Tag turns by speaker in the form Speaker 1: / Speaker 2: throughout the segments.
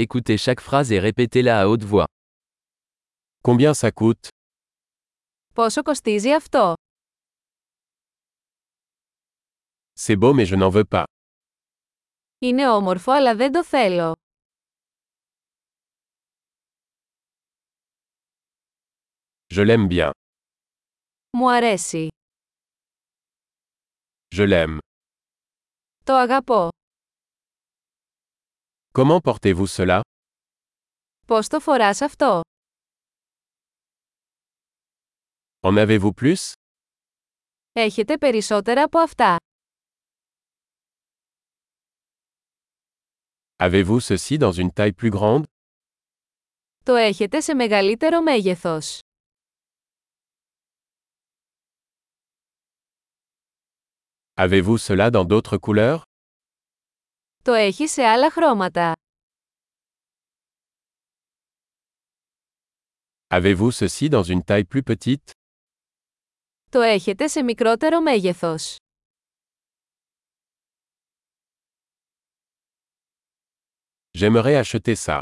Speaker 1: Écoutez chaque phrase et répétez-la à haute voix.
Speaker 2: Combien ça coûte
Speaker 3: Πόσο κοστίζει αυτό?
Speaker 2: C'est beau mais je n'en veux pas.
Speaker 3: Είναι όμορφο αλλά δεν το θέλω.
Speaker 2: Je l'aime bien.
Speaker 3: Μου αρέσει.
Speaker 2: Je l'aime.
Speaker 3: Το αγαπώ.
Speaker 2: Comment portez-vous cela
Speaker 3: Πώς το φοράς αυτό?
Speaker 2: En avez-vous plus
Speaker 3: Έχετε περισσότερα από αυτά.
Speaker 2: Avez-vous ceci dans une taille plus grande
Speaker 3: Το έχετε σε μεγαλύτερο μέγεθος.
Speaker 2: Avez-vous cela dans d'autres couleurs
Speaker 3: Το έχει σε άλλα χρώματα.
Speaker 2: Avez-vous ceci dans une taille plus petite
Speaker 3: Το έχετε σε μικρότερο μέγεθος.
Speaker 2: J'aimerais acheter ça.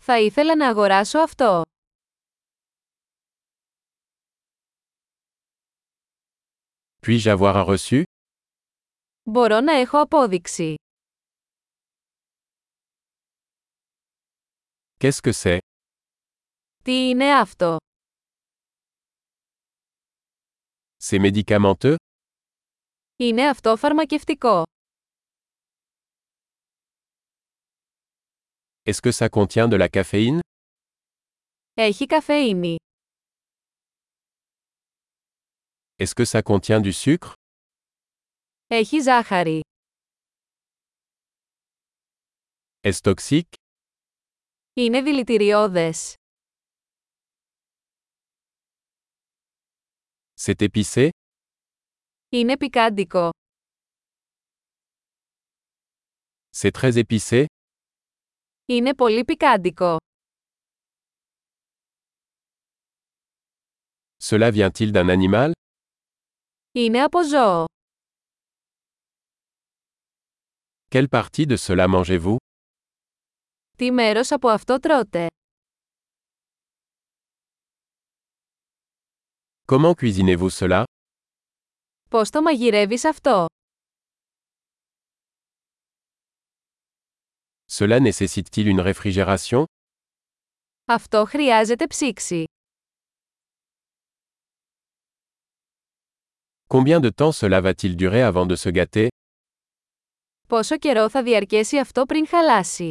Speaker 3: Θα ήθελα να αγοράσω αυτό.
Speaker 2: Puis-je avoir un reçu
Speaker 3: Μπορώ να έχω απόδειξη.
Speaker 2: Qu'est-ce que c'est
Speaker 3: Τι είναι αυτό?
Speaker 2: C'est médicamenteux
Speaker 3: Είναι αυτό φαρμακευτικό.
Speaker 2: Est-ce que ça contient de la caféine
Speaker 3: Έχει καφεΐνη.
Speaker 2: Est-ce que ça contient du sucre
Speaker 3: Έχει ζάχαρη.
Speaker 2: Est-ce toxique
Speaker 3: Είναι δηλητηριώδες.
Speaker 2: C'est épicé
Speaker 3: Είναι πικάντικο.
Speaker 2: C'est très épicé
Speaker 3: Είναι πολύ πικάντικο.
Speaker 2: Cela vient-il d'un animal
Speaker 3: Είναι από ζώο.
Speaker 2: Quelle partie de cela mangez-vous
Speaker 3: Τι μέρος από αυτό τρώτε.
Speaker 2: Comment cuisinez-vous cela
Speaker 3: Πώς το μαγειρεύεις αυτό.
Speaker 2: Cela nécessite-t-il une réfrigération
Speaker 3: Αυτό χρειάζεται ψήξη.
Speaker 2: Combien de temps cela va-t-il durer avant de se gâter
Speaker 3: Πόσο καιρό θα διαρκέσει αυτό πριν χαλάσει.